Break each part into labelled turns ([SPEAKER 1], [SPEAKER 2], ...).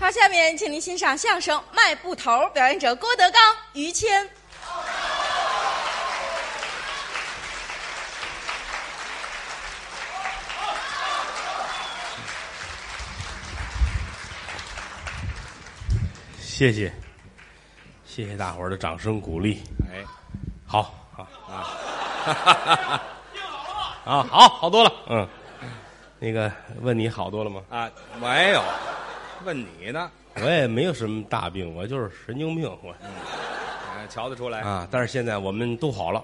[SPEAKER 1] 好，下面请您欣赏相声《卖布头》，表演者郭德纲、于谦。
[SPEAKER 2] 谢谢，谢谢大伙儿的掌声鼓励。
[SPEAKER 3] 哎，
[SPEAKER 2] 好，好啊，啊，好好多了。嗯，那个问你好多了吗？
[SPEAKER 3] 啊，没有，问你呢，
[SPEAKER 2] 我也没有什么大病，我就是神经病，我
[SPEAKER 3] 哎，瞧得出来，
[SPEAKER 2] 啊。但是现在我们都好了，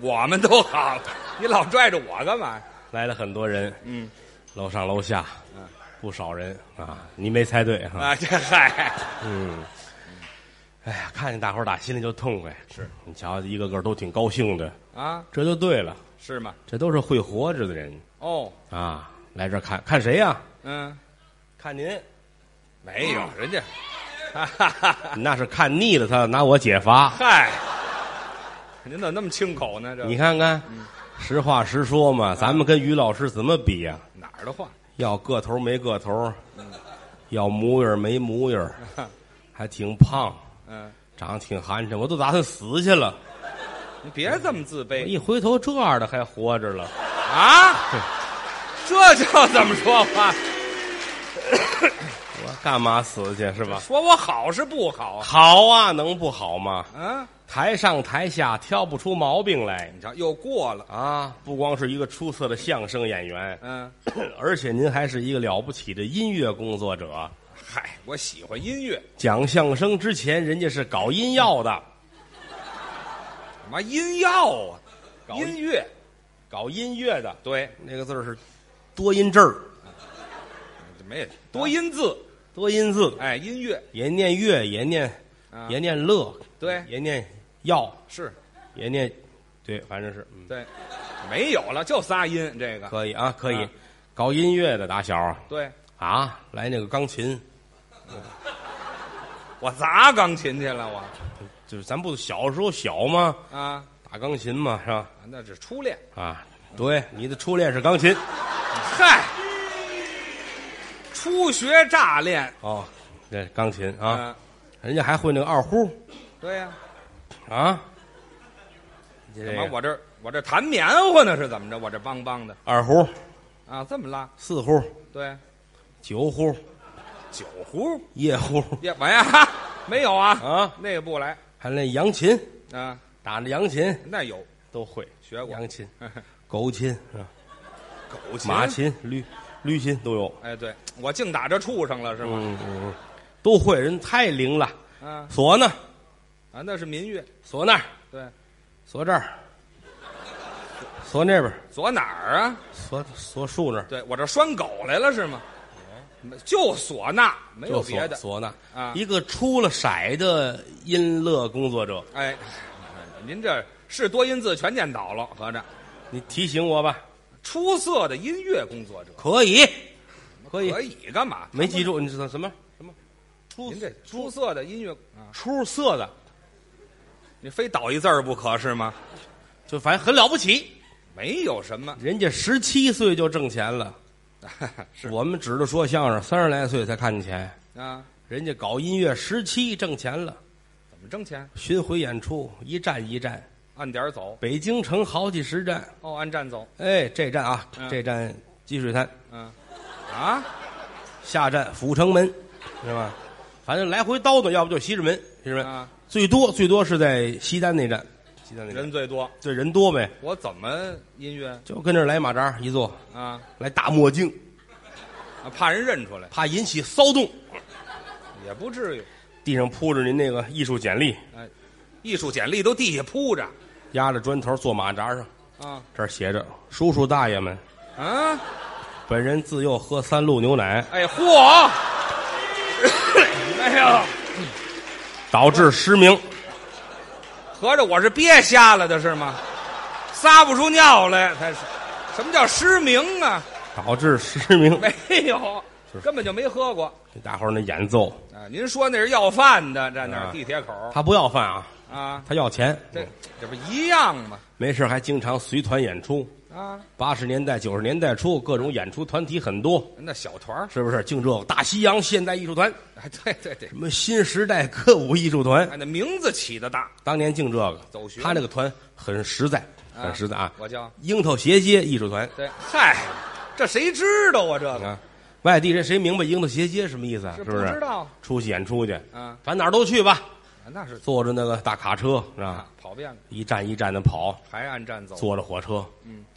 [SPEAKER 3] 我们都好，你老拽着我干嘛？
[SPEAKER 2] 来了很多人，
[SPEAKER 3] 嗯，
[SPEAKER 2] 楼上楼下
[SPEAKER 3] 嗯，
[SPEAKER 2] 不少人啊。你没猜对哈、
[SPEAKER 3] 啊，这嗨，
[SPEAKER 2] 嗯，哎呀，看见大伙儿打心里就痛快。是你瞧，一个个都挺高兴的，
[SPEAKER 3] 啊，
[SPEAKER 2] 这就对了，
[SPEAKER 3] 是吗？
[SPEAKER 2] 这都是会活着的人
[SPEAKER 3] 哦，
[SPEAKER 2] 啊。来这儿看看谁呀、
[SPEAKER 3] 嗯，
[SPEAKER 2] 看您，
[SPEAKER 3] 没
[SPEAKER 2] 哦
[SPEAKER 3] 有，人家， 哈哈哈，
[SPEAKER 2] 那是看腻了他，拿我解 乏。
[SPEAKER 3] 嗨，您怎么那么清口呢？这
[SPEAKER 2] 你看看，实话实说嘛，咱们跟于老师怎么比呀、啊
[SPEAKER 3] 哪儿的话？
[SPEAKER 2] 要个头没个头，要模样没模样，还挺胖，
[SPEAKER 3] 嗯，
[SPEAKER 2] 长得挺寒碜，我都打算死去了。
[SPEAKER 3] 你别这么自
[SPEAKER 2] 嗯我
[SPEAKER 3] 卑
[SPEAKER 2] 一回头，这样的还活着了，
[SPEAKER 3] 啊，这叫怎么说话？
[SPEAKER 2] 我干嘛死去是吧？
[SPEAKER 3] 说我好是不好啊？
[SPEAKER 2] 好啊，能不好吗？
[SPEAKER 3] 嗯，
[SPEAKER 2] 台上台下挑不出毛病来
[SPEAKER 3] 你瞧又过了，
[SPEAKER 2] 啊！不光是一个出色的相声演员，
[SPEAKER 3] 嗯，
[SPEAKER 2] 而且您还是一个了不起的音乐工作者。
[SPEAKER 3] 嗨，我喜欢音乐。
[SPEAKER 2] 讲相声之前，人家是搞音药的，
[SPEAKER 3] 什么音药啊？
[SPEAKER 2] 搞
[SPEAKER 3] 音乐
[SPEAKER 2] 搞音乐的，
[SPEAKER 3] 对，
[SPEAKER 2] 那个字儿是多音字儿，啊
[SPEAKER 3] 没多音字，
[SPEAKER 2] 多音字，
[SPEAKER 3] 哎，音乐
[SPEAKER 2] 也念乐，也念，
[SPEAKER 3] 啊
[SPEAKER 2] 也念乐，
[SPEAKER 3] 对
[SPEAKER 2] 也念药，
[SPEAKER 3] 是
[SPEAKER 2] 也念，对，反正是，嗯，
[SPEAKER 3] 对，没有了，就仨音这个
[SPEAKER 2] 可以啊，可以
[SPEAKER 3] 啊，
[SPEAKER 2] 搞音乐的打小啊
[SPEAKER 3] 对。
[SPEAKER 2] 啊，来那个钢琴，
[SPEAKER 3] 我砸钢琴去了，我
[SPEAKER 2] 就是咱不小时候小嘛，
[SPEAKER 3] 啊，
[SPEAKER 2] 打钢琴嘛，是吧？
[SPEAKER 3] 那是初恋。
[SPEAKER 2] 啊，对，你的初恋是钢琴
[SPEAKER 3] 嗨，初学乍练
[SPEAKER 2] 哦，对，钢琴啊，
[SPEAKER 3] 啊，
[SPEAKER 2] 人家还会那个二胡
[SPEAKER 3] 对呀、
[SPEAKER 2] 啊，这
[SPEAKER 3] 怎
[SPEAKER 2] 个
[SPEAKER 3] 么我这我这弹棉花呢？是怎么着？我这梆梆的
[SPEAKER 2] 二胡、
[SPEAKER 3] 啊，这么拉，
[SPEAKER 2] 四胡、
[SPEAKER 3] 对，
[SPEAKER 2] 九胡、
[SPEAKER 3] 酒壶
[SPEAKER 2] 夜胡
[SPEAKER 3] 也完呀，没有啊
[SPEAKER 2] 啊，
[SPEAKER 3] 那个不来
[SPEAKER 2] 还有那扬琴，
[SPEAKER 3] 啊，
[SPEAKER 2] 打着扬琴
[SPEAKER 3] 那有
[SPEAKER 2] 都会，
[SPEAKER 3] 学过
[SPEAKER 2] 扬琴、狗琴、是吧
[SPEAKER 3] 嗯狗琴、
[SPEAKER 2] 马琴、驴驴琴都有，
[SPEAKER 3] 哎，对我净打着畜生了是吗？
[SPEAKER 2] 嗯嗯，嗯都会，人太灵了。
[SPEAKER 3] 啊
[SPEAKER 2] 唢呐，
[SPEAKER 3] 啊，那是民乐，
[SPEAKER 2] 唢那儿，
[SPEAKER 3] 对，
[SPEAKER 2] 唢这儿，唢那边儿，
[SPEAKER 3] 左哪儿啊？
[SPEAKER 2] 唢唢树那儿，
[SPEAKER 3] 对我这拴狗来了是吗？没就唢呐，没有
[SPEAKER 2] 就
[SPEAKER 3] 别
[SPEAKER 2] 唢
[SPEAKER 3] 的。
[SPEAKER 2] 唢呐
[SPEAKER 3] 啊
[SPEAKER 2] 一个出了色的音乐工作者，
[SPEAKER 3] 哎，您这是多音字全念倒了，合着
[SPEAKER 2] 你提醒我吧，
[SPEAKER 3] 出色的音乐工作者
[SPEAKER 2] 可以，可以
[SPEAKER 3] 可，以干嘛？
[SPEAKER 2] 没记住，你知道什么什么？出
[SPEAKER 3] 您这出色的音乐啊，
[SPEAKER 2] 出色的，
[SPEAKER 3] 你非倒一字儿不可是吗？
[SPEAKER 2] 就反正很了不起。
[SPEAKER 3] 没有什么，
[SPEAKER 2] 人家十七岁就挣钱了，
[SPEAKER 3] 是
[SPEAKER 2] 我们指着说相声，三十来岁才看见钱。
[SPEAKER 3] 啊，
[SPEAKER 2] 人家搞音乐十七挣钱了，
[SPEAKER 3] 怎么挣钱？
[SPEAKER 2] 巡回演出一站一站，
[SPEAKER 3] 按点儿走
[SPEAKER 2] 北京城好几十站。
[SPEAKER 3] 哦，按站走，
[SPEAKER 2] 哎，这站啊，
[SPEAKER 3] 嗯
[SPEAKER 2] 这站积水潭，
[SPEAKER 3] 嗯，啊，
[SPEAKER 2] 下站阜成门，是吧？反正来回叨叨，要不就西直门，西直门、
[SPEAKER 3] 啊
[SPEAKER 2] 最多最多是在西单那站，西单那站
[SPEAKER 3] 人最多，
[SPEAKER 2] 这人多呗，
[SPEAKER 3] 我怎么音乐
[SPEAKER 2] 就跟这儿来马扎一坐，
[SPEAKER 3] 啊？
[SPEAKER 2] 来大墨镜，
[SPEAKER 3] 啊，怕人认出来
[SPEAKER 2] 怕引起骚动，
[SPEAKER 3] 也不至于。
[SPEAKER 2] 地上铺着您那个艺术简历，
[SPEAKER 3] 哎，艺术简历都地下铺着
[SPEAKER 2] 压着砖头坐马扎上，
[SPEAKER 3] 啊
[SPEAKER 2] 这儿写着“叔叔大爷们，
[SPEAKER 3] 啊！
[SPEAKER 2] 本人自幼喝三鹿牛奶，
[SPEAKER 3] 哎嚯！ 哎呦，
[SPEAKER 2] 导致失明，
[SPEAKER 3] 合着我是憋瞎了的是吗？撒不出尿来，他是什么叫失明啊？
[SPEAKER 2] 导致失明。
[SPEAKER 3] 没有，根本就没喝过
[SPEAKER 2] 这大伙儿那演奏，
[SPEAKER 3] 啊！您说那是要饭的，站那
[SPEAKER 2] 啊
[SPEAKER 3] 儿地铁口
[SPEAKER 2] 他不要饭啊，
[SPEAKER 3] 啊，
[SPEAKER 2] 他要钱。
[SPEAKER 3] 这这不一样吗？
[SPEAKER 2] 没事儿还经常随团演出，
[SPEAKER 3] 啊啊，
[SPEAKER 2] 八十年代、九十年代初，各种演出团体很多，
[SPEAKER 3] 那小团儿，
[SPEAKER 2] 是不是？净这个大西洋现代艺术团，
[SPEAKER 3] 哎，对对对，
[SPEAKER 2] 什么新时代歌舞艺术团，
[SPEAKER 3] 哎，那名字起的大，
[SPEAKER 2] 当年净这个
[SPEAKER 3] 走穴
[SPEAKER 2] 他那个团很实在，
[SPEAKER 3] 啊
[SPEAKER 2] 很实在啊。
[SPEAKER 3] 我叫
[SPEAKER 2] 樱桃斜街艺术团
[SPEAKER 3] 对，嗨，这谁知道啊？这个
[SPEAKER 2] 啊，外地人谁明白樱桃斜街什么意思啊？
[SPEAKER 3] 是
[SPEAKER 2] 是
[SPEAKER 3] 不
[SPEAKER 2] 不是？
[SPEAKER 3] 知道
[SPEAKER 2] 出去演出去
[SPEAKER 3] 啊，
[SPEAKER 2] 咱哪儿都去吧，
[SPEAKER 3] 那是
[SPEAKER 2] 坐着那个大卡车啊，
[SPEAKER 3] 跑遍了，
[SPEAKER 2] 一站一站的跑，
[SPEAKER 3] 还按站走。
[SPEAKER 2] 坐着火车，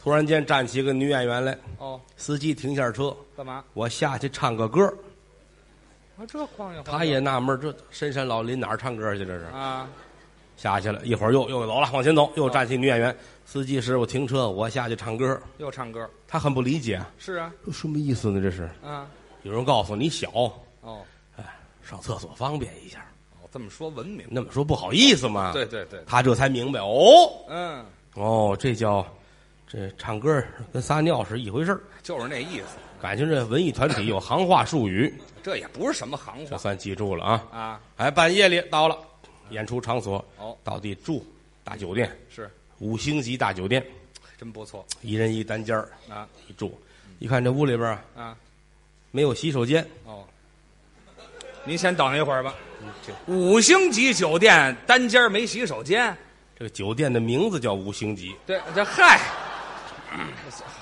[SPEAKER 2] 突然间站起个女演员来，
[SPEAKER 3] 哦，
[SPEAKER 2] 司机停下车，
[SPEAKER 3] 干嘛？
[SPEAKER 2] 我下去唱个歌。
[SPEAKER 3] 啊，这晃悠晃悠
[SPEAKER 2] 他也纳闷儿，这深山老林哪儿唱歌去？这是
[SPEAKER 3] 啊，
[SPEAKER 2] 下去了，一会儿又又走了，往前走，又站起女演员，司机师傅停车，我下去唱歌。
[SPEAKER 3] 又唱歌。
[SPEAKER 2] 他很不理解，
[SPEAKER 3] 是啊，
[SPEAKER 2] 这什么意思呢？这是
[SPEAKER 3] 啊，
[SPEAKER 2] 有人告诉你小，
[SPEAKER 3] 哦，
[SPEAKER 2] 哎，上厕所方便一下，
[SPEAKER 3] 哦，这么说文明。
[SPEAKER 2] 那么说不好意思嘛。
[SPEAKER 3] 对，对对，
[SPEAKER 2] 他这才明白哦
[SPEAKER 3] 嗯，
[SPEAKER 2] 哦，这叫这唱歌跟撒尿是一回事儿。
[SPEAKER 3] 就是那意思，
[SPEAKER 2] 感情这文艺团体有行话术语，
[SPEAKER 3] 这也不是什么行
[SPEAKER 2] 这
[SPEAKER 3] 话
[SPEAKER 2] 算记住了啊。
[SPEAKER 3] 啊。
[SPEAKER 2] 哎，半夜里到了演出场所，
[SPEAKER 3] 哦
[SPEAKER 2] 到地住大酒店，
[SPEAKER 3] 是，
[SPEAKER 2] 五星级大酒店，
[SPEAKER 3] 真不错
[SPEAKER 2] 一人一单间儿
[SPEAKER 3] 啊
[SPEAKER 2] 一住。一看这屋里边啊，
[SPEAKER 3] 啊
[SPEAKER 2] 没有洗手间，
[SPEAKER 3] 哦。您先等一会儿吧。五星级酒店单间儿没洗手间，
[SPEAKER 2] 这个酒店的名字叫五星级，
[SPEAKER 3] 对，这嗨，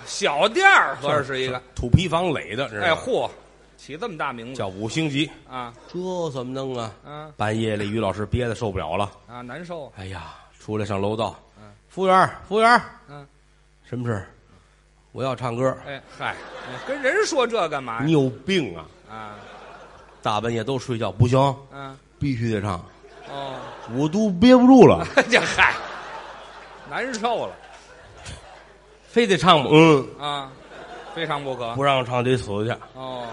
[SPEAKER 3] 小店儿合着是一个。
[SPEAKER 2] 土坯房垒的，知道
[SPEAKER 3] 哎
[SPEAKER 2] 吗
[SPEAKER 3] 嚯，起这么大名字
[SPEAKER 2] 啊叫五星级，
[SPEAKER 3] 啊
[SPEAKER 2] 这怎么弄啊？
[SPEAKER 3] 嗯
[SPEAKER 2] 半夜里于老师憋得受不了了，
[SPEAKER 3] 啊，难受啊！
[SPEAKER 2] 哎呀，出来上楼道，服务员儿，服务员儿，
[SPEAKER 3] 嗯，
[SPEAKER 2] 什么事儿？我要唱歌，
[SPEAKER 3] 哎嗨，哎跟人说这干嘛
[SPEAKER 2] 你
[SPEAKER 3] 呀？
[SPEAKER 2] 有病啊！
[SPEAKER 3] 啊
[SPEAKER 2] 大半夜都睡觉，不行，
[SPEAKER 3] 嗯
[SPEAKER 2] 必须得唱，
[SPEAKER 3] 哦，
[SPEAKER 2] 我都憋不住了。
[SPEAKER 3] 这嗨，难受了
[SPEAKER 2] 非得唱吗？嗯，
[SPEAKER 3] 啊，非唱不可
[SPEAKER 2] 不让唱得死去。
[SPEAKER 3] 哦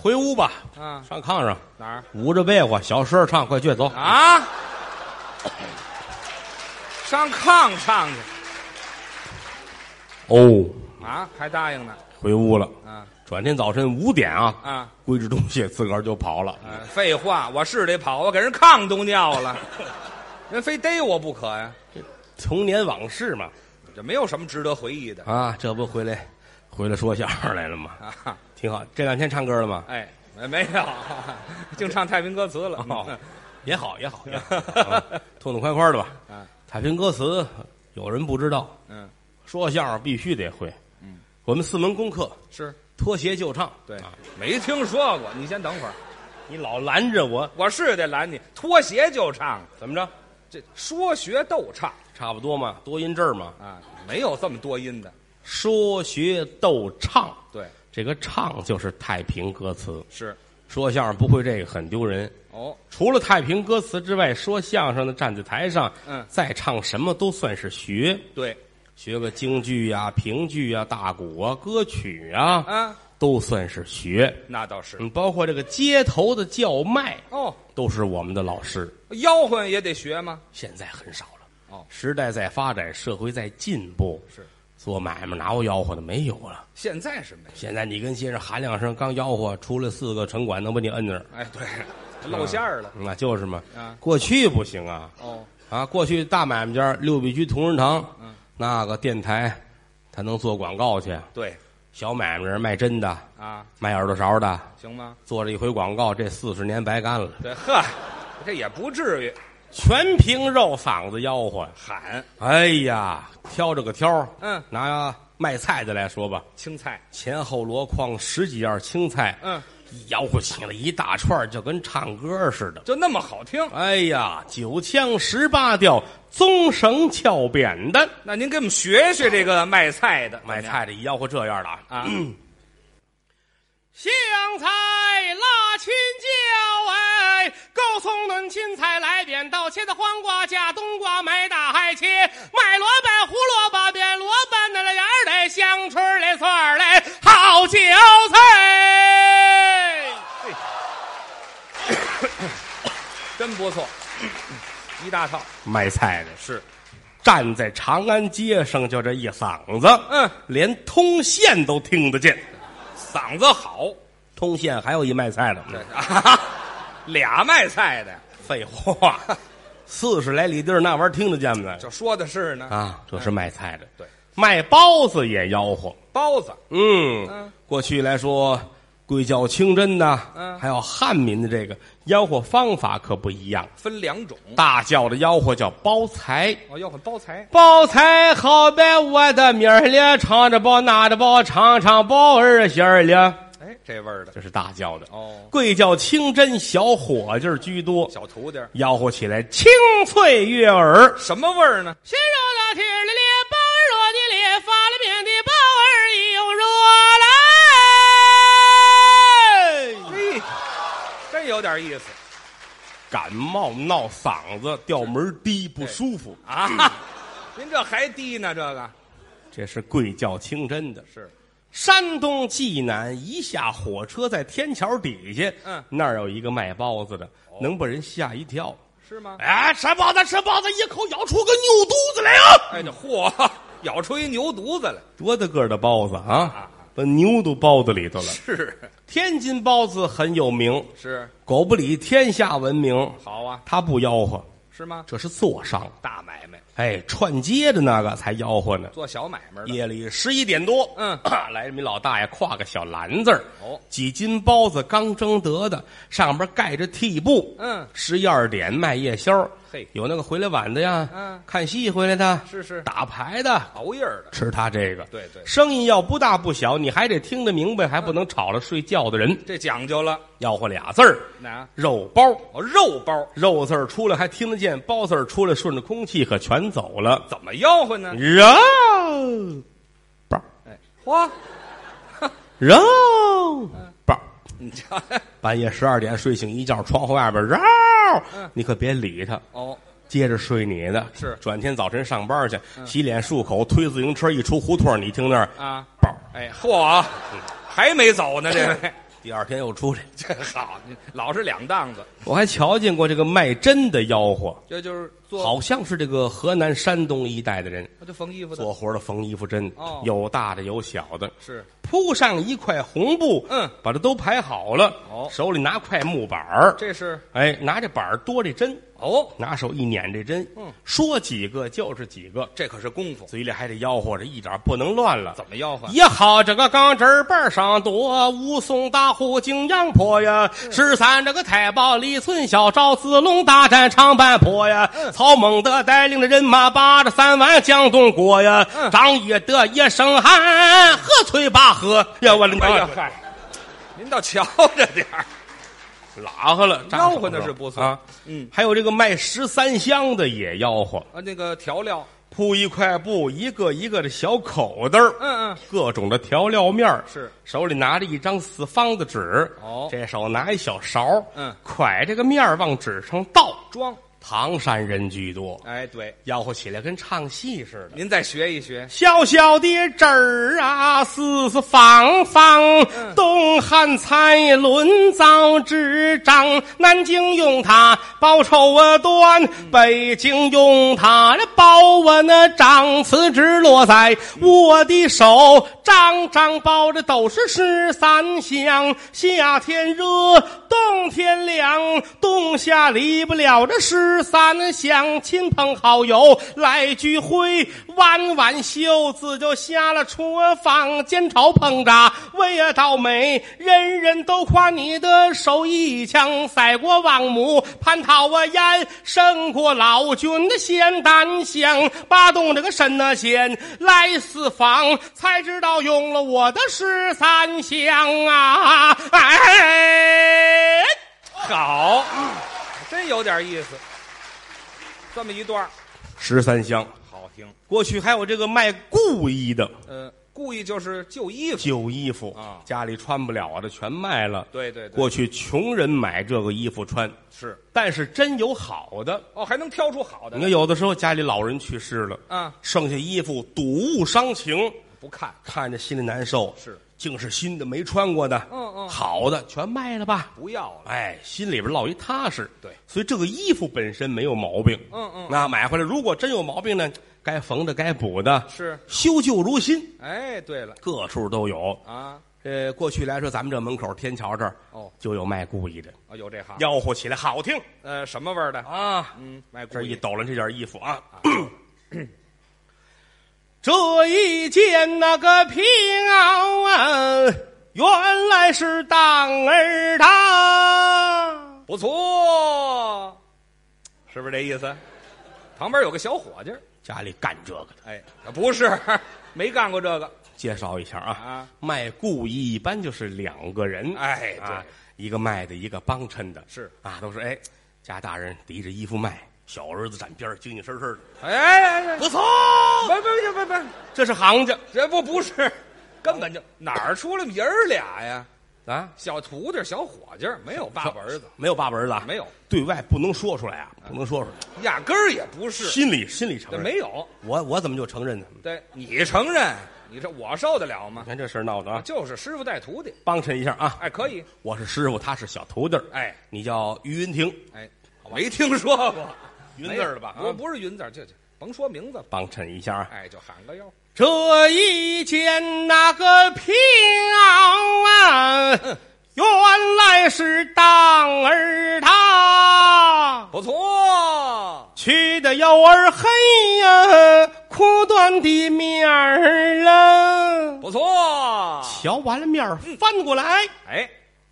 [SPEAKER 2] 回屋吧，
[SPEAKER 3] 啊
[SPEAKER 2] 上炕上
[SPEAKER 3] 哪儿
[SPEAKER 2] 捂着被窝，小声唱，快去走！
[SPEAKER 3] 啊？上炕上去
[SPEAKER 2] 哦，
[SPEAKER 3] 啊？还答应呢
[SPEAKER 2] 回屋了。
[SPEAKER 3] 啊
[SPEAKER 2] 转天早晨五点啊，
[SPEAKER 3] 啊？
[SPEAKER 2] 归置东西，自个儿就跑了。
[SPEAKER 3] 哎废话，我是得跑，我给人炕都尿了，人非逮我不可呀！
[SPEAKER 2] 童年往事嘛，
[SPEAKER 3] 这没有什么值得回忆的
[SPEAKER 2] 啊，这不回来，回来说相声来了吗？
[SPEAKER 3] 啊。
[SPEAKER 2] 挺好。这两天唱歌了吗？
[SPEAKER 3] 哎，没有，净唱太平歌词了。
[SPEAKER 2] 哦，也好，也好，也好，啊痛痛快快的吧。
[SPEAKER 3] 嗯
[SPEAKER 2] 太平歌词有人不知道，
[SPEAKER 3] 嗯，
[SPEAKER 2] 说相声必须得会。嗯，我们四门功课：
[SPEAKER 3] 是
[SPEAKER 2] 脱鞋就唱。
[SPEAKER 3] 对
[SPEAKER 2] 啊，
[SPEAKER 3] 没听说过。你先等会儿，
[SPEAKER 2] 你老拦着我，
[SPEAKER 3] 我是得拦你，脱鞋就唱，
[SPEAKER 2] 怎么着？
[SPEAKER 3] 这说学逗唱
[SPEAKER 2] 差不多嘛，多音字儿嘛。
[SPEAKER 3] 啊，没有这么多音的。
[SPEAKER 2] 说学逗唱，
[SPEAKER 3] 对，
[SPEAKER 2] 这个唱就是太平歌词。
[SPEAKER 3] 是
[SPEAKER 2] 说相声不会这个很丢人。
[SPEAKER 3] 哦，
[SPEAKER 2] 除了太平歌词之外，说相声的站在台上，
[SPEAKER 3] 嗯
[SPEAKER 2] 再唱什么都算是学，
[SPEAKER 3] 对
[SPEAKER 2] 学个京剧呀、评剧呀、大鼓啊、歌曲啊，
[SPEAKER 3] 啊，
[SPEAKER 2] 都算是学。
[SPEAKER 3] 那倒是
[SPEAKER 2] 嗯，包括这个街头的叫卖，
[SPEAKER 3] 哦，
[SPEAKER 2] 都是我们的老师。
[SPEAKER 3] 吆喝也得学吗？
[SPEAKER 2] 现在很少了。
[SPEAKER 3] 哦
[SPEAKER 2] 时代在发展，社会在进步，
[SPEAKER 3] 是
[SPEAKER 2] 做买卖哪有吆喝的？没有了。
[SPEAKER 3] 现在是没。
[SPEAKER 2] 现在你跟先生喊两声，刚吆喝出来四个城管能把你摁那儿，
[SPEAKER 3] 哎，对，露馅儿了。
[SPEAKER 2] 嗯那就是嘛。
[SPEAKER 3] 啊
[SPEAKER 2] 过去不行啊，
[SPEAKER 3] 哦，
[SPEAKER 2] 啊，过去大买卖家六必居同仁堂，
[SPEAKER 3] 嗯
[SPEAKER 2] 那个电台，他能做广告去。
[SPEAKER 3] 对
[SPEAKER 2] 小买卖人卖针的，
[SPEAKER 3] 啊，
[SPEAKER 2] 卖耳朵勺的，
[SPEAKER 3] 行吗？
[SPEAKER 2] 做了一回广告，这四十年白干了，
[SPEAKER 3] 对，呵，这也不至于
[SPEAKER 2] 全凭肉嗓子吆喝。
[SPEAKER 3] 喊
[SPEAKER 2] 哎呀，挑着个挑儿
[SPEAKER 3] 嗯
[SPEAKER 2] 拿卖菜的来说吧，
[SPEAKER 3] 青菜。
[SPEAKER 2] 前后箩筐十几样青菜，
[SPEAKER 3] 嗯，
[SPEAKER 2] 一吆喝起来一大串儿，就跟唱歌似的。
[SPEAKER 3] 就那么好听，
[SPEAKER 2] 哎呀，九腔十八调，棕绳翘扁担。
[SPEAKER 3] 那您给我们学学这个卖菜的，
[SPEAKER 2] 卖菜的一吆喝这样的啊，
[SPEAKER 3] 啊，
[SPEAKER 2] 香菜辣青椒，哎，高葱嫩青菜来扁豆，茄子黄瓜加冬瓜，买大海茄，卖萝卜胡萝卜变萝卜，那了芽儿嘞，香椿儿嘞，蒜儿嘞，好韭菜。
[SPEAKER 3] 啊真 不错，一大套
[SPEAKER 2] 卖菜的
[SPEAKER 3] 是
[SPEAKER 2] 站在长安街上，就这一嗓子，
[SPEAKER 3] 嗯，
[SPEAKER 2] 连通县都听得见。
[SPEAKER 3] 嗓子好，
[SPEAKER 2] 通县还有一卖菜的，
[SPEAKER 3] 对啊，俩卖菜的
[SPEAKER 2] 废 话，四十来里地儿那玩意儿听得见不得？
[SPEAKER 3] 就说的是呢，
[SPEAKER 2] 啊，这是卖菜的。
[SPEAKER 3] 啊对，
[SPEAKER 2] 卖包子也吆喝。
[SPEAKER 3] 包子，
[SPEAKER 2] 嗯
[SPEAKER 3] 嗯，
[SPEAKER 2] 过去来说，贵教清真呐，
[SPEAKER 3] 嗯
[SPEAKER 2] 还有汉民的这个吆喝方法可不一样。
[SPEAKER 3] 分两种，
[SPEAKER 2] 大教的吆喝叫包财，
[SPEAKER 3] 哦，要很包财，
[SPEAKER 2] 包财好卖我的米儿了，尝着包拿着包，尝尝包儿馅儿了，
[SPEAKER 3] 哎，这味儿的
[SPEAKER 2] 这是大教的。
[SPEAKER 3] 哦，
[SPEAKER 2] 贵教清真小伙计儿居多，
[SPEAKER 3] 小徒弟儿
[SPEAKER 2] 吆喝起来清脆悦耳。
[SPEAKER 3] 什么味儿呢？
[SPEAKER 2] 先热了铁的咧，包热的咧，发了面的包儿又热来。
[SPEAKER 3] 嘿，真有点意思
[SPEAKER 2] 感冒闹嗓子，调门低，不舒服。
[SPEAKER 3] 啊！ 您这还低呢，这个
[SPEAKER 2] 这是贵教清真的。
[SPEAKER 3] 是
[SPEAKER 2] 山东济南一下火车，在天桥底下，
[SPEAKER 3] 嗯
[SPEAKER 2] 那儿有一个卖包子的，能把人吓一跳。
[SPEAKER 3] 是吗？
[SPEAKER 2] 哎，吃包子，吃包子，一口咬出个牛犊子来啊！
[SPEAKER 3] 哎，这嚯，咬出一牛犊子来，
[SPEAKER 2] 多大个儿的包子啊，把牛都包子里头了。
[SPEAKER 3] 是
[SPEAKER 2] 天津包子很有名，
[SPEAKER 3] 是，
[SPEAKER 2] 狗不理天下闻名。
[SPEAKER 3] 好啊，
[SPEAKER 2] 他不吆喝，
[SPEAKER 3] 是吗？
[SPEAKER 2] 这是坐商。
[SPEAKER 3] 大买卖
[SPEAKER 2] 哎，串街的那个才吆喝呢。
[SPEAKER 3] 做小买卖的，
[SPEAKER 2] 夜里十一点多，
[SPEAKER 3] 嗯
[SPEAKER 2] 来这么一老大爷挎个小篮子儿
[SPEAKER 3] 哦
[SPEAKER 2] 几斤包子刚蒸得的，上边盖着屉布，
[SPEAKER 3] 嗯
[SPEAKER 2] 十一二点卖夜宵，
[SPEAKER 3] 嘿
[SPEAKER 2] 有那个回来晚的呀，
[SPEAKER 3] 嗯
[SPEAKER 2] 看戏回来的，
[SPEAKER 3] 是是
[SPEAKER 2] 打牌的，
[SPEAKER 3] 熬夜儿的，
[SPEAKER 2] 吃他这个，
[SPEAKER 3] 对对
[SPEAKER 2] 生意要不大不小，你还得听得明白，还不能吵了睡觉的人，
[SPEAKER 3] 这讲究了。
[SPEAKER 2] 吆喝俩字儿，
[SPEAKER 3] 哪？
[SPEAKER 2] 肉包。
[SPEAKER 3] 哦，肉包
[SPEAKER 2] 肉字儿出来还听得见，包字儿出来顺着空气可全走了。
[SPEAKER 3] 怎么吆喝呢？
[SPEAKER 2] 肉包，
[SPEAKER 3] 哎，嚯，
[SPEAKER 2] 肉包。
[SPEAKER 3] 你瞧，
[SPEAKER 2] 半夜十二点睡醒一觉，窗户外边绕，你可别理他，
[SPEAKER 3] 哦，
[SPEAKER 2] 接着睡你的。
[SPEAKER 3] 嗯是嗯
[SPEAKER 2] 转天早晨上班去，洗脸漱口，推自行车一出胡同，你听那儿
[SPEAKER 3] 啊，
[SPEAKER 2] 包。
[SPEAKER 3] 哎，嚯，还没走呢，这位，
[SPEAKER 2] 第二天又出来，
[SPEAKER 3] 这好，你老是两档子，
[SPEAKER 2] 我还瞧见过这个卖针的吆喝，
[SPEAKER 3] 这就是做，
[SPEAKER 2] 好像是这个河南、山东一带的人
[SPEAKER 3] 那就缝衣服的，
[SPEAKER 2] 做活的缝衣服针
[SPEAKER 3] 哦，
[SPEAKER 2] 有大的有小的，
[SPEAKER 3] 是
[SPEAKER 2] 铺上一块红布，
[SPEAKER 3] 嗯，
[SPEAKER 2] 把这都排好了，
[SPEAKER 3] 哦
[SPEAKER 2] 手里拿块木板儿，
[SPEAKER 3] 这是
[SPEAKER 2] 哎，拿着板儿多这针，
[SPEAKER 3] 哦，
[SPEAKER 2] 拿手一捻这针，
[SPEAKER 3] 嗯，
[SPEAKER 2] 说几个就是几个，
[SPEAKER 3] 这可是功夫，
[SPEAKER 2] 嘴里还得吆喝着，一点不能乱了。
[SPEAKER 3] 怎么吆喝？
[SPEAKER 2] 也好，这个钢针儿板上多，武松打虎景阳坡呀，
[SPEAKER 3] 嗯
[SPEAKER 2] 十三这个太保李存孝赵子龙大战长坂坡呀，
[SPEAKER 3] 嗯
[SPEAKER 2] 曹孟德带领着人马把这三万江东过呀，
[SPEAKER 3] 嗯
[SPEAKER 2] 张翼德一声喊，喝催拔河呀，我的妈
[SPEAKER 3] 哎呀
[SPEAKER 2] 呀，
[SPEAKER 3] 嗨，您倒瞧着点儿，
[SPEAKER 2] 拉和了，扎手
[SPEAKER 3] 吆喝的是不错
[SPEAKER 2] 啊，
[SPEAKER 3] 嗯
[SPEAKER 2] 还有这个卖十三香的也吆喝，
[SPEAKER 3] 啊，那个调料，
[SPEAKER 2] 铺一块布，一个一个的小口袋儿，
[SPEAKER 3] 嗯嗯，
[SPEAKER 2] 各种的调料面儿
[SPEAKER 3] 是
[SPEAKER 2] 手里拿着一张四方的纸，
[SPEAKER 3] 哦
[SPEAKER 2] 这手拿一小勺，
[SPEAKER 3] 嗯
[SPEAKER 2] 蒯这个面儿往纸上倒。
[SPEAKER 3] 装，
[SPEAKER 2] 唐山人居多，
[SPEAKER 3] 哎，对，
[SPEAKER 2] 吆喝起来跟唱戏似的。
[SPEAKER 3] 您再学一学，
[SPEAKER 2] 小小的纸儿啊，四四方方，东汉蔡伦造纸张，南京用它包绸啊端，北京用它来包我那张，辞职落在我的手，张张包着都是十三香，夏天热，冬天凉，冬夏离不了这十三香，亲朋好友来聚会，挽挽袖子就下了厨房，煎炒烹炸味道美，人人都夸你的手艺强，赛过王母蟠桃啊宴，胜过老君的咸蛋香，八洞这个神呐仙来四方，才知道用了我的十三香啊！哎，
[SPEAKER 3] 好，真有点意思，这么一段儿
[SPEAKER 2] 十三香，
[SPEAKER 3] 好听，
[SPEAKER 2] 过去还有这个卖故衣的。
[SPEAKER 3] 呃，故意就是旧衣服，
[SPEAKER 2] 旧衣服
[SPEAKER 3] 啊
[SPEAKER 2] 家里穿不了的全卖了。
[SPEAKER 3] 对对对
[SPEAKER 2] 过去穷人买这个衣服穿，
[SPEAKER 3] 是，
[SPEAKER 2] 但是真有好的。
[SPEAKER 3] 哦，还能挑出好的
[SPEAKER 2] 你
[SPEAKER 3] 来，
[SPEAKER 2] 看，有的时候家里老人去世了，
[SPEAKER 3] 啊，
[SPEAKER 2] 剩下衣服睹物伤情，
[SPEAKER 3] 不看，
[SPEAKER 2] 看着心里难受。
[SPEAKER 3] 是，
[SPEAKER 2] 竟是新的没穿过的，
[SPEAKER 3] 嗯嗯
[SPEAKER 2] 好的全卖了吧。
[SPEAKER 3] 不要了，
[SPEAKER 2] 哎，心里边落一踏实。
[SPEAKER 3] 对
[SPEAKER 2] 所以这个衣服本身没有毛病。
[SPEAKER 3] 嗯嗯
[SPEAKER 2] 那买回来如果真有毛病呢，该缝的该补的，
[SPEAKER 3] 是，
[SPEAKER 2] 修旧如新，
[SPEAKER 3] 哎，对了，
[SPEAKER 2] 各处都有。
[SPEAKER 3] 啊，
[SPEAKER 2] 呃，过去来说，咱们这门口天桥这儿
[SPEAKER 3] 哦
[SPEAKER 2] 就有卖故意的，
[SPEAKER 3] 啊，有这行，
[SPEAKER 2] 吆喝起来好听
[SPEAKER 3] 呃，什么味儿的？
[SPEAKER 2] 啊！
[SPEAKER 3] 嗯，卖故
[SPEAKER 2] 这一
[SPEAKER 3] 意，
[SPEAKER 2] 抖了这件衣服啊， 这一见那个平遥啊，原来是当儿他。
[SPEAKER 3] 不错，是不是这意思？旁边有个小伙计儿，
[SPEAKER 2] 家里干这个的，
[SPEAKER 3] 哎，不是，没干过这个
[SPEAKER 2] 介绍一下啊，
[SPEAKER 3] 啊，
[SPEAKER 2] 卖布艺一般就是两个人，
[SPEAKER 3] 哎
[SPEAKER 2] 啊，一个卖的，一个帮衬的，
[SPEAKER 3] 是
[SPEAKER 2] 啊，都是哎，家大人提着衣服卖，小儿子站边儿精精神神的，
[SPEAKER 3] 哎哎哎，
[SPEAKER 2] 不错，
[SPEAKER 3] 不不不不不，
[SPEAKER 2] 这是行家
[SPEAKER 3] 这不不是，根本就哪儿出了爷儿俩呀？
[SPEAKER 2] 啊，
[SPEAKER 3] 小徒弟、小伙计儿，没有爸爸儿子，
[SPEAKER 2] 没有爸爸儿子啊，
[SPEAKER 3] 没有，
[SPEAKER 2] 对外不能说出来啊，不能说出来，
[SPEAKER 3] 压根儿也不是，
[SPEAKER 2] 心里心里承
[SPEAKER 3] 这
[SPEAKER 2] 认，
[SPEAKER 3] 没有。
[SPEAKER 2] 我我怎么就承认呢？
[SPEAKER 3] 对，你承认，你这我受得了吗
[SPEAKER 2] 你？看这事儿闹的啊，
[SPEAKER 3] 就是师傅带徒弟，
[SPEAKER 2] 帮衬一下啊，
[SPEAKER 3] 哎，可以，
[SPEAKER 2] 我是师傅，他是小徒弟儿，
[SPEAKER 3] 哎
[SPEAKER 2] 你叫于云亭，
[SPEAKER 3] 哎，没听说过
[SPEAKER 2] 云字儿的吧
[SPEAKER 3] 不
[SPEAKER 2] 啊
[SPEAKER 3] 不是云字儿，这这甭说名字，
[SPEAKER 2] 帮衬一下啊。
[SPEAKER 3] 哎，就喊个腰。
[SPEAKER 2] 这一见那个平遥啊，原来是当儿他
[SPEAKER 3] 不错，
[SPEAKER 2] 去的有儿黑呀、哭断的面儿了。
[SPEAKER 3] 不错，
[SPEAKER 2] 瞧完了面儿，翻过来，
[SPEAKER 3] 哎，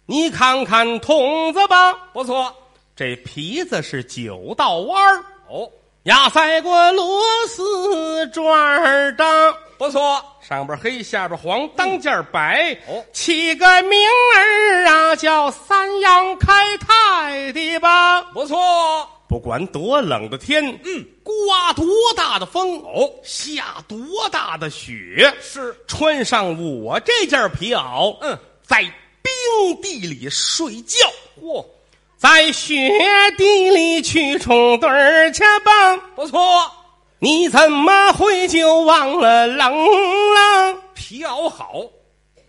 [SPEAKER 2] 你看看筒子吧，
[SPEAKER 3] 不错，
[SPEAKER 2] 这皮子是九道弯儿，
[SPEAKER 3] 哦，
[SPEAKER 2] 压塞过螺丝转儿的。
[SPEAKER 3] 不错，
[SPEAKER 2] 上边黑，下边黄，当间儿白。
[SPEAKER 3] 哦
[SPEAKER 2] 起个名儿啊，叫三阳开泰的吧。
[SPEAKER 3] 不错，
[SPEAKER 2] 不管多冷的天，嗯，刮多大的风，
[SPEAKER 3] 哦
[SPEAKER 2] 下多大的雪，
[SPEAKER 3] 是
[SPEAKER 2] 穿上我这件皮袄，
[SPEAKER 3] 嗯，
[SPEAKER 2] 在冰地里睡觉，
[SPEAKER 3] 嚯，
[SPEAKER 2] 在雪地里去冲盹儿去吧。
[SPEAKER 3] 不错，
[SPEAKER 2] 你怎么会就忘了冷了？
[SPEAKER 3] 皮袄好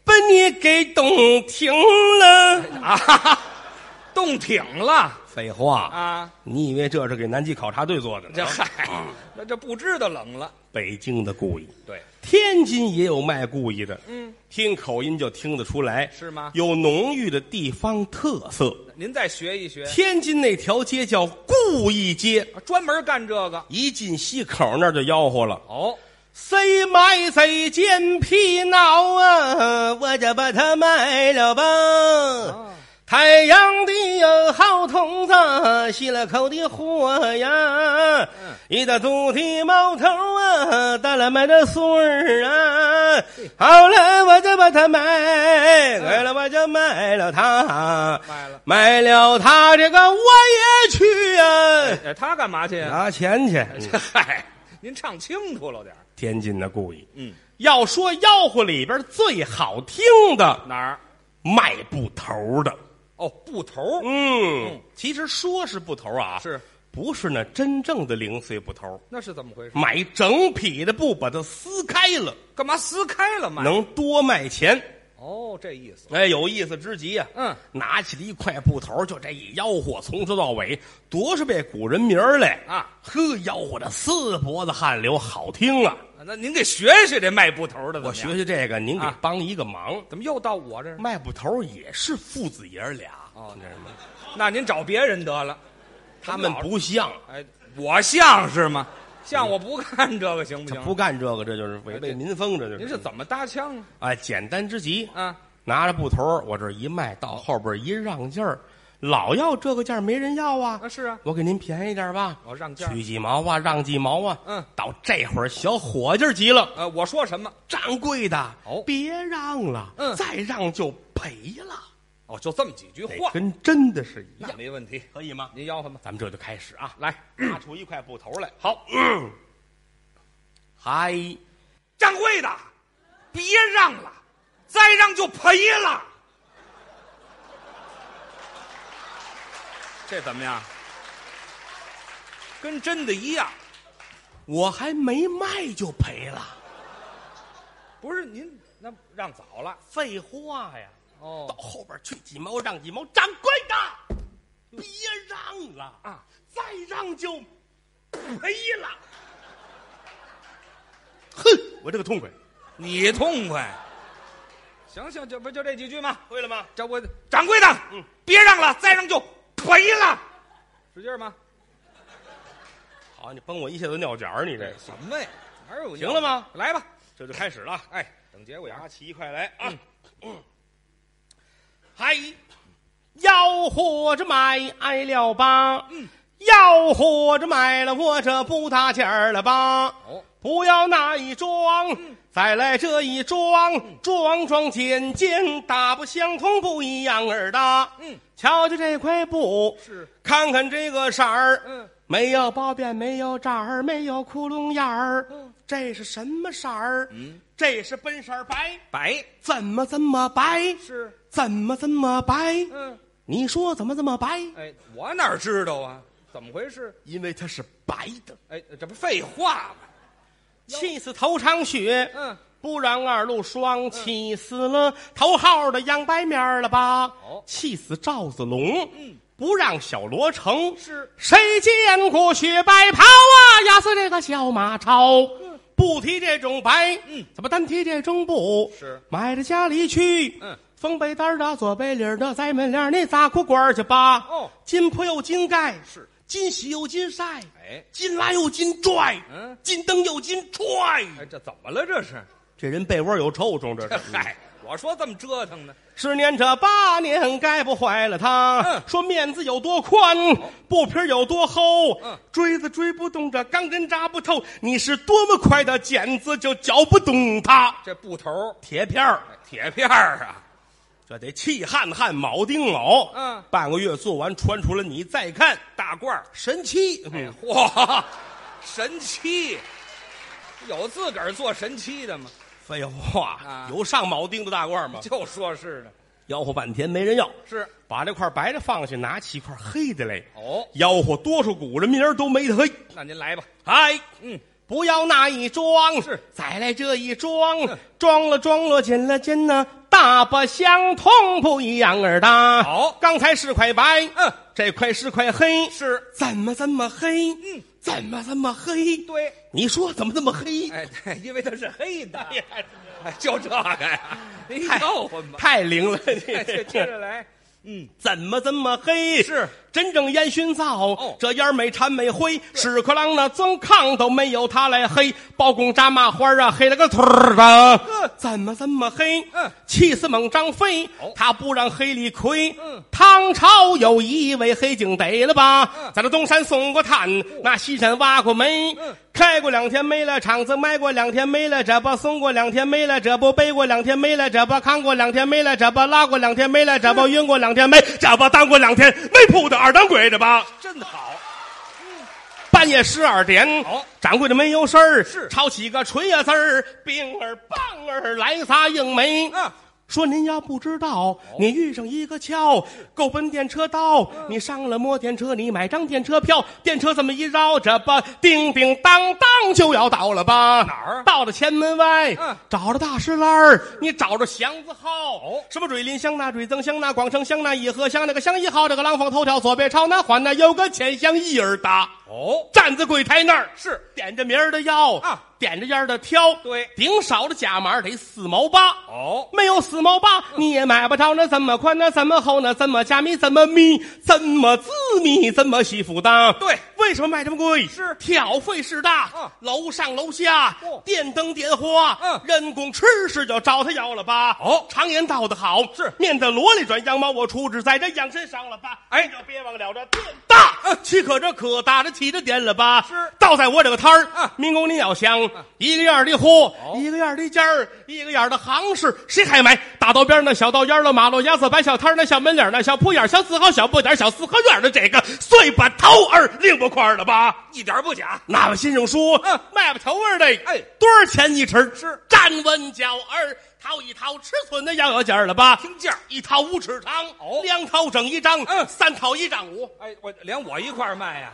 [SPEAKER 2] 把你给冻停了。
[SPEAKER 3] 啊，冻挺了
[SPEAKER 2] 废话，
[SPEAKER 3] 啊，
[SPEAKER 2] 你以为这是给南极考察队做的
[SPEAKER 3] 这
[SPEAKER 2] 呢？
[SPEAKER 3] 嗨，那这不知道冷了，
[SPEAKER 2] 北京的故意，
[SPEAKER 3] 对，
[SPEAKER 2] 天津也有卖故意的。
[SPEAKER 3] 嗯，
[SPEAKER 2] 听口音就听得出来，
[SPEAKER 3] 是吗
[SPEAKER 2] 有浓郁的地方特色。
[SPEAKER 3] 您再学一学，
[SPEAKER 2] 天津那条街叫故意街，
[SPEAKER 3] 专门干这个，
[SPEAKER 2] 一进西口那儿就吆喝了
[SPEAKER 3] 哦，：“
[SPEAKER 2] 谁买谁见皮袄啊，我就把它卖了吧。
[SPEAKER 3] 啊
[SPEAKER 2] 太阳的呀，好筒子，吸了口的火
[SPEAKER 3] 嗯
[SPEAKER 2] 呀，一大肚的毛头啊，大了买的穗儿啊，好了我就把它卖，卖了我就卖了它，
[SPEAKER 3] 嗯卖了
[SPEAKER 2] 卖了它这个我也去啊，
[SPEAKER 3] 哎，他干嘛去呀？
[SPEAKER 2] 拿钱去。
[SPEAKER 3] 这 嗨，您唱清楚了点儿
[SPEAKER 2] 天津的故意，
[SPEAKER 3] 嗯，
[SPEAKER 2] 要说吆喝里边最好听的，
[SPEAKER 3] 哪儿？
[SPEAKER 2] 卖布头的。
[SPEAKER 3] 哦，布头儿
[SPEAKER 2] 嗯，其实说是布头啊，
[SPEAKER 3] 是
[SPEAKER 2] 不是那真正的零碎布头？
[SPEAKER 3] 那是怎么回事？
[SPEAKER 2] 买整匹的布，把它撕开了，
[SPEAKER 3] 干嘛撕开了卖？
[SPEAKER 2] 能多卖钱。
[SPEAKER 3] 哦，这意思。
[SPEAKER 2] 哎，有意思之极呀、
[SPEAKER 3] 嗯，
[SPEAKER 2] 拿起了一块布头，就这一吆喝，从头到尾多少遍古人名儿来
[SPEAKER 3] 啊！
[SPEAKER 2] 呵，吆喝的四脖子汗流，好听啊！
[SPEAKER 3] 那您给学学这卖布头的怎么样，
[SPEAKER 2] 我学学这个，您给
[SPEAKER 3] 啊
[SPEAKER 2] 帮一个忙。
[SPEAKER 3] 怎么又到我这儿？
[SPEAKER 2] 卖布头也是父子爷儿俩，
[SPEAKER 3] 哦
[SPEAKER 2] 你知道吗？
[SPEAKER 3] 那您找别人得了，
[SPEAKER 2] 他们不像，
[SPEAKER 3] 哎，我像是吗？像我不干这个行不
[SPEAKER 2] 他
[SPEAKER 3] 行？
[SPEAKER 2] 不干这个，这就是违背民风，这就是。
[SPEAKER 3] 您是怎么搭腔啊？
[SPEAKER 2] 哎，简单之极
[SPEAKER 3] 啊！
[SPEAKER 2] 拿着布头儿往这儿一迈，到后边一让价儿，老要这个价儿没人要啊。
[SPEAKER 3] 啊是啊
[SPEAKER 2] 我给您便宜点儿吧。
[SPEAKER 3] 我让价儿
[SPEAKER 2] 取几毛啊，让几毛啊。
[SPEAKER 3] 嗯
[SPEAKER 2] 到这会儿小伙计儿急了，
[SPEAKER 3] 呃，我说什么？
[SPEAKER 2] 掌柜的，
[SPEAKER 3] 哦
[SPEAKER 2] 别让了，
[SPEAKER 3] 嗯
[SPEAKER 2] 再让就赔了。
[SPEAKER 3] 哦，就这么几句
[SPEAKER 2] 得
[SPEAKER 3] 话，
[SPEAKER 2] 跟真的是一
[SPEAKER 3] 那
[SPEAKER 2] 样，
[SPEAKER 3] 没问题。
[SPEAKER 2] 哎可以吗？
[SPEAKER 3] 您吆喝吧，
[SPEAKER 2] 咱们这就开始啊，
[SPEAKER 3] 来，
[SPEAKER 2] 拿出一块布头来。
[SPEAKER 3] 好，
[SPEAKER 2] 嗨，
[SPEAKER 3] 掌柜的，别让了，再让就赔了。这怎么样？跟真的一样。
[SPEAKER 2] 我还没卖就赔了，
[SPEAKER 3] 不是您那让早了
[SPEAKER 2] 废话呀。到
[SPEAKER 3] 哦，
[SPEAKER 2] 后边去几毛让几毛，掌柜的，别让了
[SPEAKER 3] 啊！
[SPEAKER 2] 再让就赔了。哼，我这个痛快，
[SPEAKER 3] 你痛快。行行，就不就这几句吗？
[SPEAKER 2] 会了吗？
[SPEAKER 3] 掌柜的，掌柜的，
[SPEAKER 2] 嗯
[SPEAKER 3] 别让了，再让就赔了。使劲儿吗？
[SPEAKER 2] 好，你崩我一下子尿角儿，你这
[SPEAKER 3] 什么呀？哪有
[SPEAKER 2] 行了吗？
[SPEAKER 3] 来吧，
[SPEAKER 2] 这就开始了啊。
[SPEAKER 3] 哎，等结尾
[SPEAKER 2] 拿
[SPEAKER 3] 啊！
[SPEAKER 2] 起一块来啊！嗨，吆喝着买了吧，嗯，吆喝着买了我这不搭钱儿了吧，
[SPEAKER 3] 哦，
[SPEAKER 2] 不要那一装，再来这一装，装装减减，大不相同，不一样儿的。
[SPEAKER 3] 嗯，
[SPEAKER 2] 瞧瞧这块布，
[SPEAKER 3] 是，
[SPEAKER 2] 看看这个色儿，
[SPEAKER 3] 嗯，
[SPEAKER 2] 没有包边，没有褶儿，没有窟窿眼儿，这是什么色儿？
[SPEAKER 3] 嗯，
[SPEAKER 2] 这是本色儿白，
[SPEAKER 3] 白
[SPEAKER 2] 怎么这么白？
[SPEAKER 3] 是，
[SPEAKER 2] 怎么这么白？
[SPEAKER 3] 嗯，
[SPEAKER 2] 你说怎么这么白？
[SPEAKER 3] 哎，我哪知道啊？怎么回事？
[SPEAKER 2] 因为它是白的，
[SPEAKER 3] 哎，这不废话吗？
[SPEAKER 2] 气死头场雪。
[SPEAKER 3] 嗯，
[SPEAKER 2] 不让二路霜，气死了头号的杨白面儿了吧？
[SPEAKER 3] 哦
[SPEAKER 2] 气死赵子龙。嗯，不让小罗成。
[SPEAKER 3] 是
[SPEAKER 2] 谁见过雪白袍啊？压死这个小马超。不提这种白，
[SPEAKER 3] 嗯，
[SPEAKER 2] 怎么单提这种布？
[SPEAKER 3] 是
[SPEAKER 2] 买到家里去，
[SPEAKER 3] 嗯，
[SPEAKER 2] 风背单儿的，左背领儿的，在门帘儿那砸锅罐儿去吧。
[SPEAKER 3] 哦
[SPEAKER 2] 金铺又金盖，
[SPEAKER 3] 是
[SPEAKER 2] 金洗又金晒，
[SPEAKER 3] 哎
[SPEAKER 2] 金拉又金拽，
[SPEAKER 3] 嗯
[SPEAKER 2] 金蹬又金踹。
[SPEAKER 3] 哎，这怎么了？这是？
[SPEAKER 2] 这人被窝有臭虫，这
[SPEAKER 3] 这
[SPEAKER 2] 是。
[SPEAKER 3] 嗨，我说这么折腾呢？
[SPEAKER 2] 十年这八年，该不坏了他。
[SPEAKER 3] 嗯哦
[SPEAKER 2] 说面子有多宽，布皮儿有多厚，
[SPEAKER 3] 嗯
[SPEAKER 2] 锥子锥不动，这钢针扎不透。你是多么快的剪子，就绞不动它。
[SPEAKER 3] 这布头儿
[SPEAKER 2] 铁片儿，
[SPEAKER 3] 哎铁片儿啊，
[SPEAKER 2] 这得气焊焊，铆钉铆。
[SPEAKER 3] 嗯
[SPEAKER 2] 半个月做完，穿出来你再看，
[SPEAKER 3] 大褂儿，
[SPEAKER 2] 神漆。
[SPEAKER 3] 哎
[SPEAKER 2] 嗯，
[SPEAKER 3] 嚯，神漆，有自个儿做神漆的吗？
[SPEAKER 2] 废话，
[SPEAKER 3] 啊
[SPEAKER 2] 有上铆钉的大褂吗？
[SPEAKER 3] 就说是呢，
[SPEAKER 2] 吆喝半天没人要，
[SPEAKER 3] 是
[SPEAKER 2] 把这块白的放下，拿起一块黑的来。
[SPEAKER 3] 哦，
[SPEAKER 2] 吆喝多少股人名儿都没他黑。
[SPEAKER 3] 那您来吧。
[SPEAKER 2] 嗨，
[SPEAKER 3] 嗯，
[SPEAKER 2] 不要那一装，
[SPEAKER 3] 是
[SPEAKER 2] 再来这一装
[SPEAKER 3] 嗯，
[SPEAKER 2] 装了装了，紧了紧呢，大不相同，不一样儿的。
[SPEAKER 3] 好
[SPEAKER 2] 刚才是块白，
[SPEAKER 3] 嗯，
[SPEAKER 2] 这块是块黑，
[SPEAKER 3] 是
[SPEAKER 2] 怎么这么黑？
[SPEAKER 3] 嗯，
[SPEAKER 2] 怎么这么黑？
[SPEAKER 3] 对，
[SPEAKER 2] 你说怎么这么黑？
[SPEAKER 3] 哎，对，因为它是黑的，
[SPEAKER 2] 哎呀
[SPEAKER 3] 哎就这个呀，您叫唤吧，
[SPEAKER 2] 太灵 了，你
[SPEAKER 3] 哎接接着来，嗯，
[SPEAKER 2] 怎么这么黑？
[SPEAKER 3] 是
[SPEAKER 2] 真正烟熏灶，
[SPEAKER 3] 哦
[SPEAKER 2] 这烟儿没掺没灰，屎壳郎那曾炕都没有它来黑，包公扎麻花啊，黑了个腿儿的，
[SPEAKER 3] 嗯
[SPEAKER 2] 怎么这么黑？
[SPEAKER 3] 嗯
[SPEAKER 2] 气死猛张飞
[SPEAKER 3] 哦，
[SPEAKER 2] 他不让黑李逵。
[SPEAKER 3] 嗯
[SPEAKER 2] 唐朝有一位黑警逮了吧
[SPEAKER 3] 嗯，
[SPEAKER 2] 在这东山送过炭，那西山挖过煤
[SPEAKER 3] 嗯，
[SPEAKER 2] 开过两天没了厂子，卖过两天没了这不，送过两天没了这不，背过两天没了这不，扛过两天没了这不，拉过两天没了这不，晕过两天没这不，当过两天没铺的二当鬼的吧。
[SPEAKER 3] 真好，
[SPEAKER 2] 半夜十二点，
[SPEAKER 3] 好
[SPEAKER 2] 掌柜的没有事儿，
[SPEAKER 3] 是
[SPEAKER 2] 抄起个锤呀子儿，冰儿棒儿来仨硬梅。
[SPEAKER 3] 嗯，
[SPEAKER 2] 说您要不知
[SPEAKER 3] 哦
[SPEAKER 2] 道，你遇上一个桥，够奔电车道，
[SPEAKER 3] 嗯
[SPEAKER 2] 你上了摸电车，你买张电车票，电车这么一绕着吧，叮叮当当就要到了吧？
[SPEAKER 3] 哪儿啊
[SPEAKER 2] 到了前门外，
[SPEAKER 3] 嗯
[SPEAKER 2] 找着大石栏儿，你找着祥子号，
[SPEAKER 3] 哦
[SPEAKER 2] 什么水林乡那水增乡那广城乡那颐和乡那个乡一号，这个廊坊头条左边朝南环那有个钱乡一儿大。
[SPEAKER 3] 哦，
[SPEAKER 2] 站在柜台那儿
[SPEAKER 3] 是
[SPEAKER 2] 点着名儿的要
[SPEAKER 3] 啊，
[SPEAKER 2] 点着样儿的挑，
[SPEAKER 3] 对
[SPEAKER 2] 顶少的价码得四毛八。
[SPEAKER 3] 哦，
[SPEAKER 2] 没有四毛八，你也买不着那怎么宽那怎么厚那怎么加密怎么密怎么字密怎么西服的。
[SPEAKER 3] 对，
[SPEAKER 2] 为什么卖这么贵？
[SPEAKER 3] 是
[SPEAKER 2] 挑费事大，
[SPEAKER 3] 嗯
[SPEAKER 2] 楼上楼下，
[SPEAKER 3] 哦
[SPEAKER 2] 电灯电话，
[SPEAKER 3] 嗯
[SPEAKER 2] 人工吃食就找他要了吧。
[SPEAKER 3] 哦
[SPEAKER 2] 常言道得好，
[SPEAKER 3] 是
[SPEAKER 2] 面的萝里转，羊毛我出之在这羊身上了吧。
[SPEAKER 3] 哎
[SPEAKER 2] 你就别忘了这店大，岂可这可大的起着点了吧？
[SPEAKER 3] 是
[SPEAKER 2] 倒在我这个摊儿
[SPEAKER 3] 嗯，
[SPEAKER 2] 民工您要想一个样儿的货
[SPEAKER 3] 哦，
[SPEAKER 2] 一个样儿的尖儿，一个样儿的行市，谁还买？大道边儿那小道沿儿那马路牙子摆小摊儿那小门脸儿那小铺眼儿小四合小布点儿小四合院儿的这个碎把头儿拧不块儿了吧？
[SPEAKER 3] 一点儿不假，
[SPEAKER 2] 那位先生说：“
[SPEAKER 3] 嗯
[SPEAKER 2] 卖不头儿的，
[SPEAKER 3] 哎
[SPEAKER 2] 多少钱一尺？
[SPEAKER 3] 是
[SPEAKER 2] 站稳脚儿，掏一掏尺寸的要有价儿了吧？
[SPEAKER 3] 听价儿
[SPEAKER 2] 一掏五尺长，
[SPEAKER 3] 哦
[SPEAKER 2] 两掏整一张，
[SPEAKER 3] 嗯
[SPEAKER 2] 三掏一丈五，
[SPEAKER 3] 哎，我连我一块儿卖呀，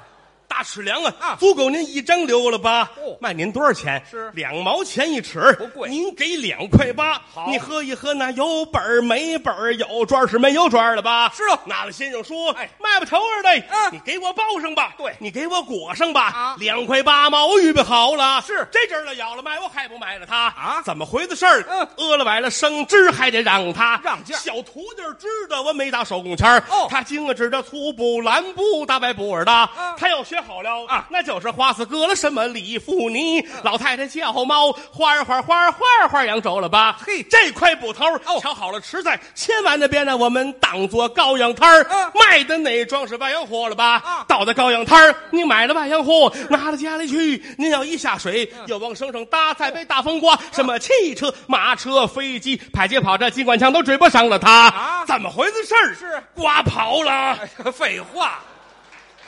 [SPEAKER 2] 大尺量啊，
[SPEAKER 3] 啊
[SPEAKER 2] 足够您一张留了吧？
[SPEAKER 3] 哦
[SPEAKER 2] 卖您多少钱？
[SPEAKER 3] 是
[SPEAKER 2] 两毛钱一尺，
[SPEAKER 3] 不贵
[SPEAKER 2] 您给两块八。
[SPEAKER 3] 好
[SPEAKER 2] 你喝一喝，那有本儿没本儿，有砖儿是没有砖儿了吧？
[SPEAKER 3] 是喽
[SPEAKER 2] 那位先生说，
[SPEAKER 3] 哎
[SPEAKER 2] 卖不头儿的，
[SPEAKER 3] 嗯
[SPEAKER 2] 你给我包上吧，
[SPEAKER 3] 对
[SPEAKER 2] 你给我裹上吧，
[SPEAKER 3] 啊
[SPEAKER 2] 两块八毛，我预备好了。
[SPEAKER 3] 是
[SPEAKER 2] 这阵儿了，咬了卖，我还不卖了它
[SPEAKER 3] 啊
[SPEAKER 2] 怎么回的事儿？
[SPEAKER 3] 嗯
[SPEAKER 2] 饿了崴了，生汁还得让他
[SPEAKER 3] 让价
[SPEAKER 2] 小徒弟儿知道我没打手工钱儿
[SPEAKER 3] 哦
[SPEAKER 2] 啊他经个指着粗布蓝布大白布耳的，
[SPEAKER 3] 嗯
[SPEAKER 2] 他要学好了
[SPEAKER 3] 啊
[SPEAKER 2] 那就是花丝割了什么李富尼，老太太叫猫，花儿花儿花儿花儿花儿扬州了吧？
[SPEAKER 3] 嘿
[SPEAKER 2] 这块捕头
[SPEAKER 3] 哦
[SPEAKER 2] 瞧好了吃在千碗那边呢，我们当做羔羊摊儿、
[SPEAKER 3] 啊
[SPEAKER 2] 卖的那装是万洋货了吧？
[SPEAKER 3] 啊嗯
[SPEAKER 2] 倒在羔羊摊儿，你买了万洋货，拿到家里去，您要一下水，有往生生搭再杯大风
[SPEAKER 3] 啊
[SPEAKER 2] 刮，什么汽车、马车、飞机、迫击跑这机关枪都追不上了他，
[SPEAKER 3] 啊
[SPEAKER 2] 怎么回事儿？
[SPEAKER 3] 是啊
[SPEAKER 2] 刮跑了。
[SPEAKER 3] 哎呀，废话，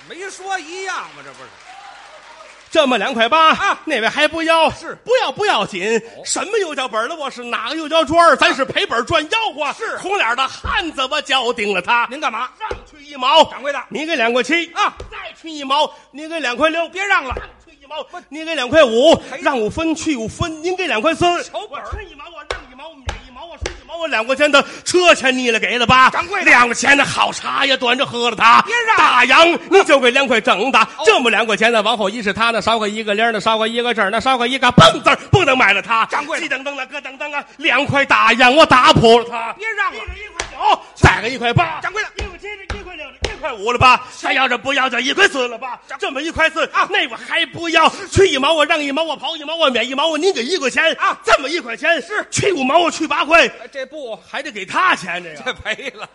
[SPEAKER 3] 没说一样嘛，这不是？
[SPEAKER 2] 这么两块八
[SPEAKER 3] 啊
[SPEAKER 2] 那位还不要？
[SPEAKER 3] 是
[SPEAKER 2] 不要不要紧，什么幼教本了？我是哪个幼教专儿？咱哦是赔本赚吆喝。
[SPEAKER 3] 是
[SPEAKER 2] 红脸的汉子，我脚顶了他。
[SPEAKER 3] 您干嘛？
[SPEAKER 2] 让去一毛，
[SPEAKER 3] 掌柜的
[SPEAKER 2] 您给两块七
[SPEAKER 3] 啊，
[SPEAKER 2] 再去一毛，您给两块六，
[SPEAKER 3] 别让了，
[SPEAKER 2] 让去一毛，您给两块五
[SPEAKER 3] 赔，
[SPEAKER 2] 让五分去五分，您给两块四。
[SPEAKER 3] 瞧本
[SPEAKER 2] 我
[SPEAKER 3] 儿
[SPEAKER 2] 吃一毛，我让一毛，我免一毛，我说一毛，我两块钱的车钱你了给了吧？
[SPEAKER 3] 掌柜的
[SPEAKER 2] 两块钱的好茶也端着喝了它。
[SPEAKER 3] 别让
[SPEAKER 2] 大洋，你就给两块整的，
[SPEAKER 3] 哦
[SPEAKER 2] 这么两块钱的，往后一是他呢，少个一个零儿的，少个一个整儿的，少个一个蹦字儿，不能买了它。
[SPEAKER 3] 掌柜的
[SPEAKER 2] 鸡噔噔了，咯噔噔啊，两块大洋我打破了它。
[SPEAKER 3] 别让了
[SPEAKER 2] 一个一块九，再个一块八。
[SPEAKER 3] 掌柜的
[SPEAKER 2] 一块七是一块六的，一块五了吧？再要这不要就一块四了吧？这么一块四啊，那我还不要？去一毛我让一毛，我刨一毛我免一毛，我您给一块钱
[SPEAKER 3] 啊
[SPEAKER 2] 这么一块钱是去五毛我去八块，
[SPEAKER 3] 哎这不
[SPEAKER 2] 还得给他钱这个。
[SPEAKER 3] 这赔了。